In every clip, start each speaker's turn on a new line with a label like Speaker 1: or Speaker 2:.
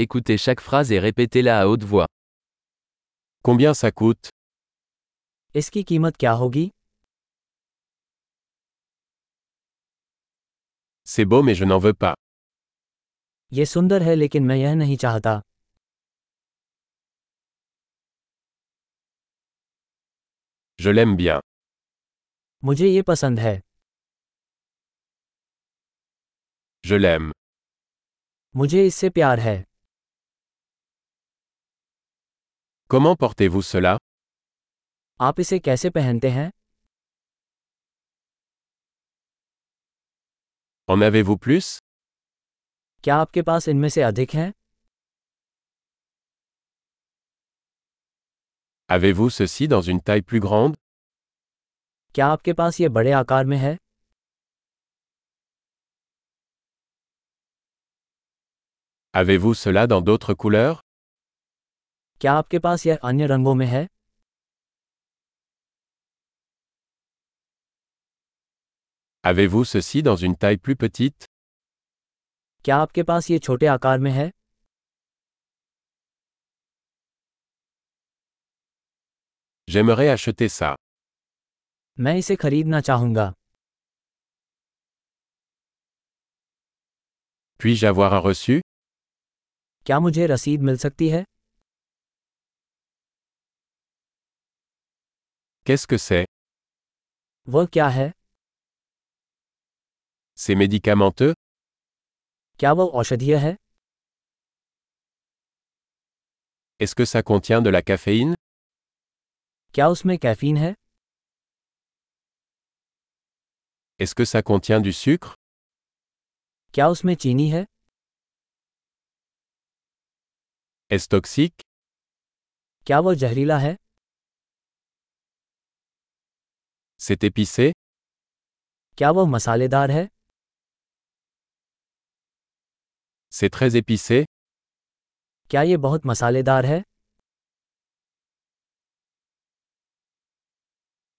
Speaker 1: Écoutez chaque phrase et répétez-la à haute voix.
Speaker 2: Combien ça coûte
Speaker 3: इसकी कीमत क्या होगी
Speaker 2: C'est beau mais je n'en veux pas.
Speaker 3: ये सुंदर है लेकिन मैं यह नहीं चाहता
Speaker 2: Je l'aime bien.
Speaker 3: मुझे ये पसंद है
Speaker 2: Je l'aime.
Speaker 3: मुझे इससे प्यार है
Speaker 2: Comment portez-vous cela
Speaker 3: आप इसे कैसे पहनते हैं
Speaker 2: En avez-vous plus
Speaker 3: क्या आपके पास इनमें से अधिक हैं
Speaker 2: Avez-vous ceci dans une taille plus grande
Speaker 3: क्या आपके पास ये बड़े आकार में है
Speaker 2: Avez-vous cela dans d'autres couleurs
Speaker 3: क्या आपके पास यह अन्य रंगों में है
Speaker 2: Avez-vous ceci dans une taille plus petite
Speaker 3: क्या आपके पास ये छोटे आकार में है
Speaker 2: J'aimerais acheter ça.
Speaker 3: मैं इसे खरीदना चाहूंगा
Speaker 2: Puis-je avoir un reçu
Speaker 3: क्या मुझे रसीद मिल सकती है
Speaker 2: Qu'est-ce que c'est
Speaker 3: वह क्या है
Speaker 2: C'est médicamenteux
Speaker 3: क्या वह औषधीय है
Speaker 2: Est-ce que ça contient de la caféine
Speaker 3: क्या उसमें कैफीन है
Speaker 2: Est-ce que ça contient du sucre
Speaker 3: क्या उसमें चीनी है
Speaker 2: Est-ce toxique
Speaker 3: क्या वह जहरीला है
Speaker 2: C'est épicé
Speaker 3: क्या वह मसालेदार है
Speaker 2: C'est très épicé
Speaker 3: क्या ये बहुत मसालेदार है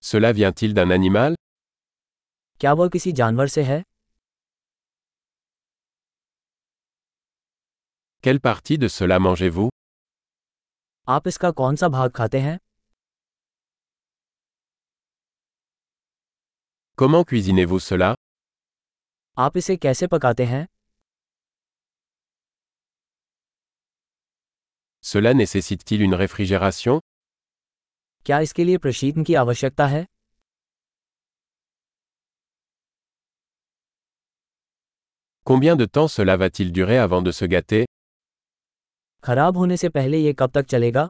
Speaker 2: Cela vient-il d'un animal
Speaker 3: क्या वह किसी जानवर से है
Speaker 2: Quelle partie de cela mangez-vous
Speaker 3: आप इसका कौन सा भाग खाते हैं
Speaker 2: Comment cuisinez-vous cela
Speaker 3: आप इसे कैसे पकाते हैं
Speaker 2: Cela nécessite-t-il une réfrigération
Speaker 3: क्या इसके लिए प्रशीतन की आवश्यकता है
Speaker 2: Combien de temps cela va-t-il durer avant de se gâter
Speaker 3: खराब होने से पहले ये कब तक चलेगा